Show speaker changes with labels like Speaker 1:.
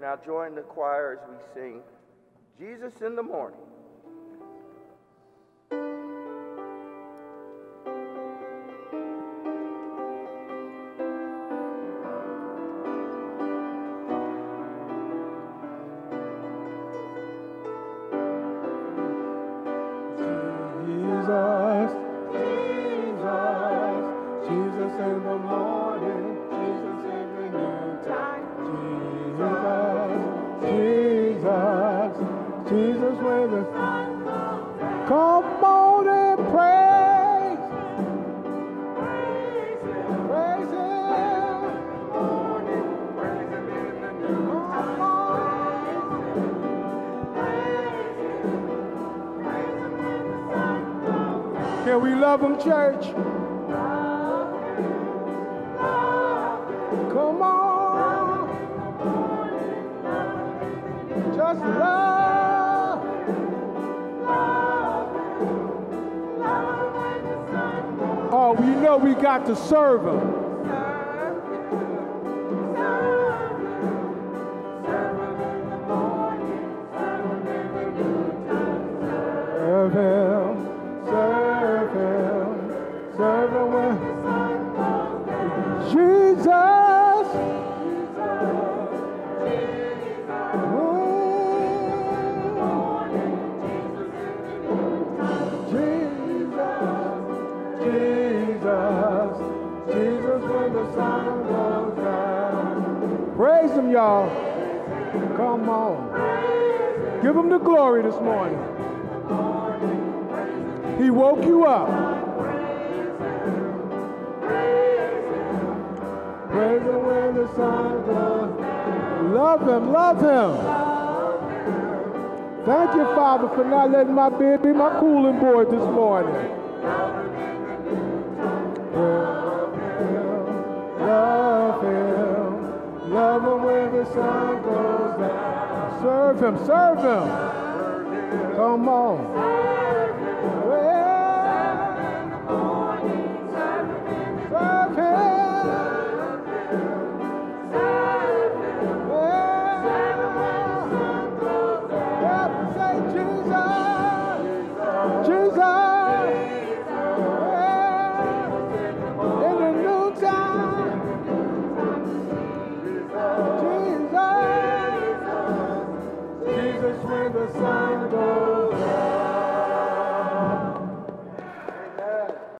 Speaker 1: Now join the choir as we sing Jesus in the Morning.
Speaker 2: Jesus, Jesus, Jesus in the morning, Jesus in the noontime. Jesus, Jesus, Jesus when the sun goes Come on and praise. Praise him. Come on. Can we love him, church? Come on. Just love. Oh, we know we got to serve him. Serve him, serve him, serve him when Jesus. Jesus, Jesus, Jesus when the sun goes down. Praise him, y'all. Come on. Give him the glory this morning. He woke you up. Praise him when the sun goes down. Love him, love him. Thank you, Father, for not letting my bed be my cooling board this morning. Love him, love him, love him when the sun goes down. Serve him, serve him. Come on.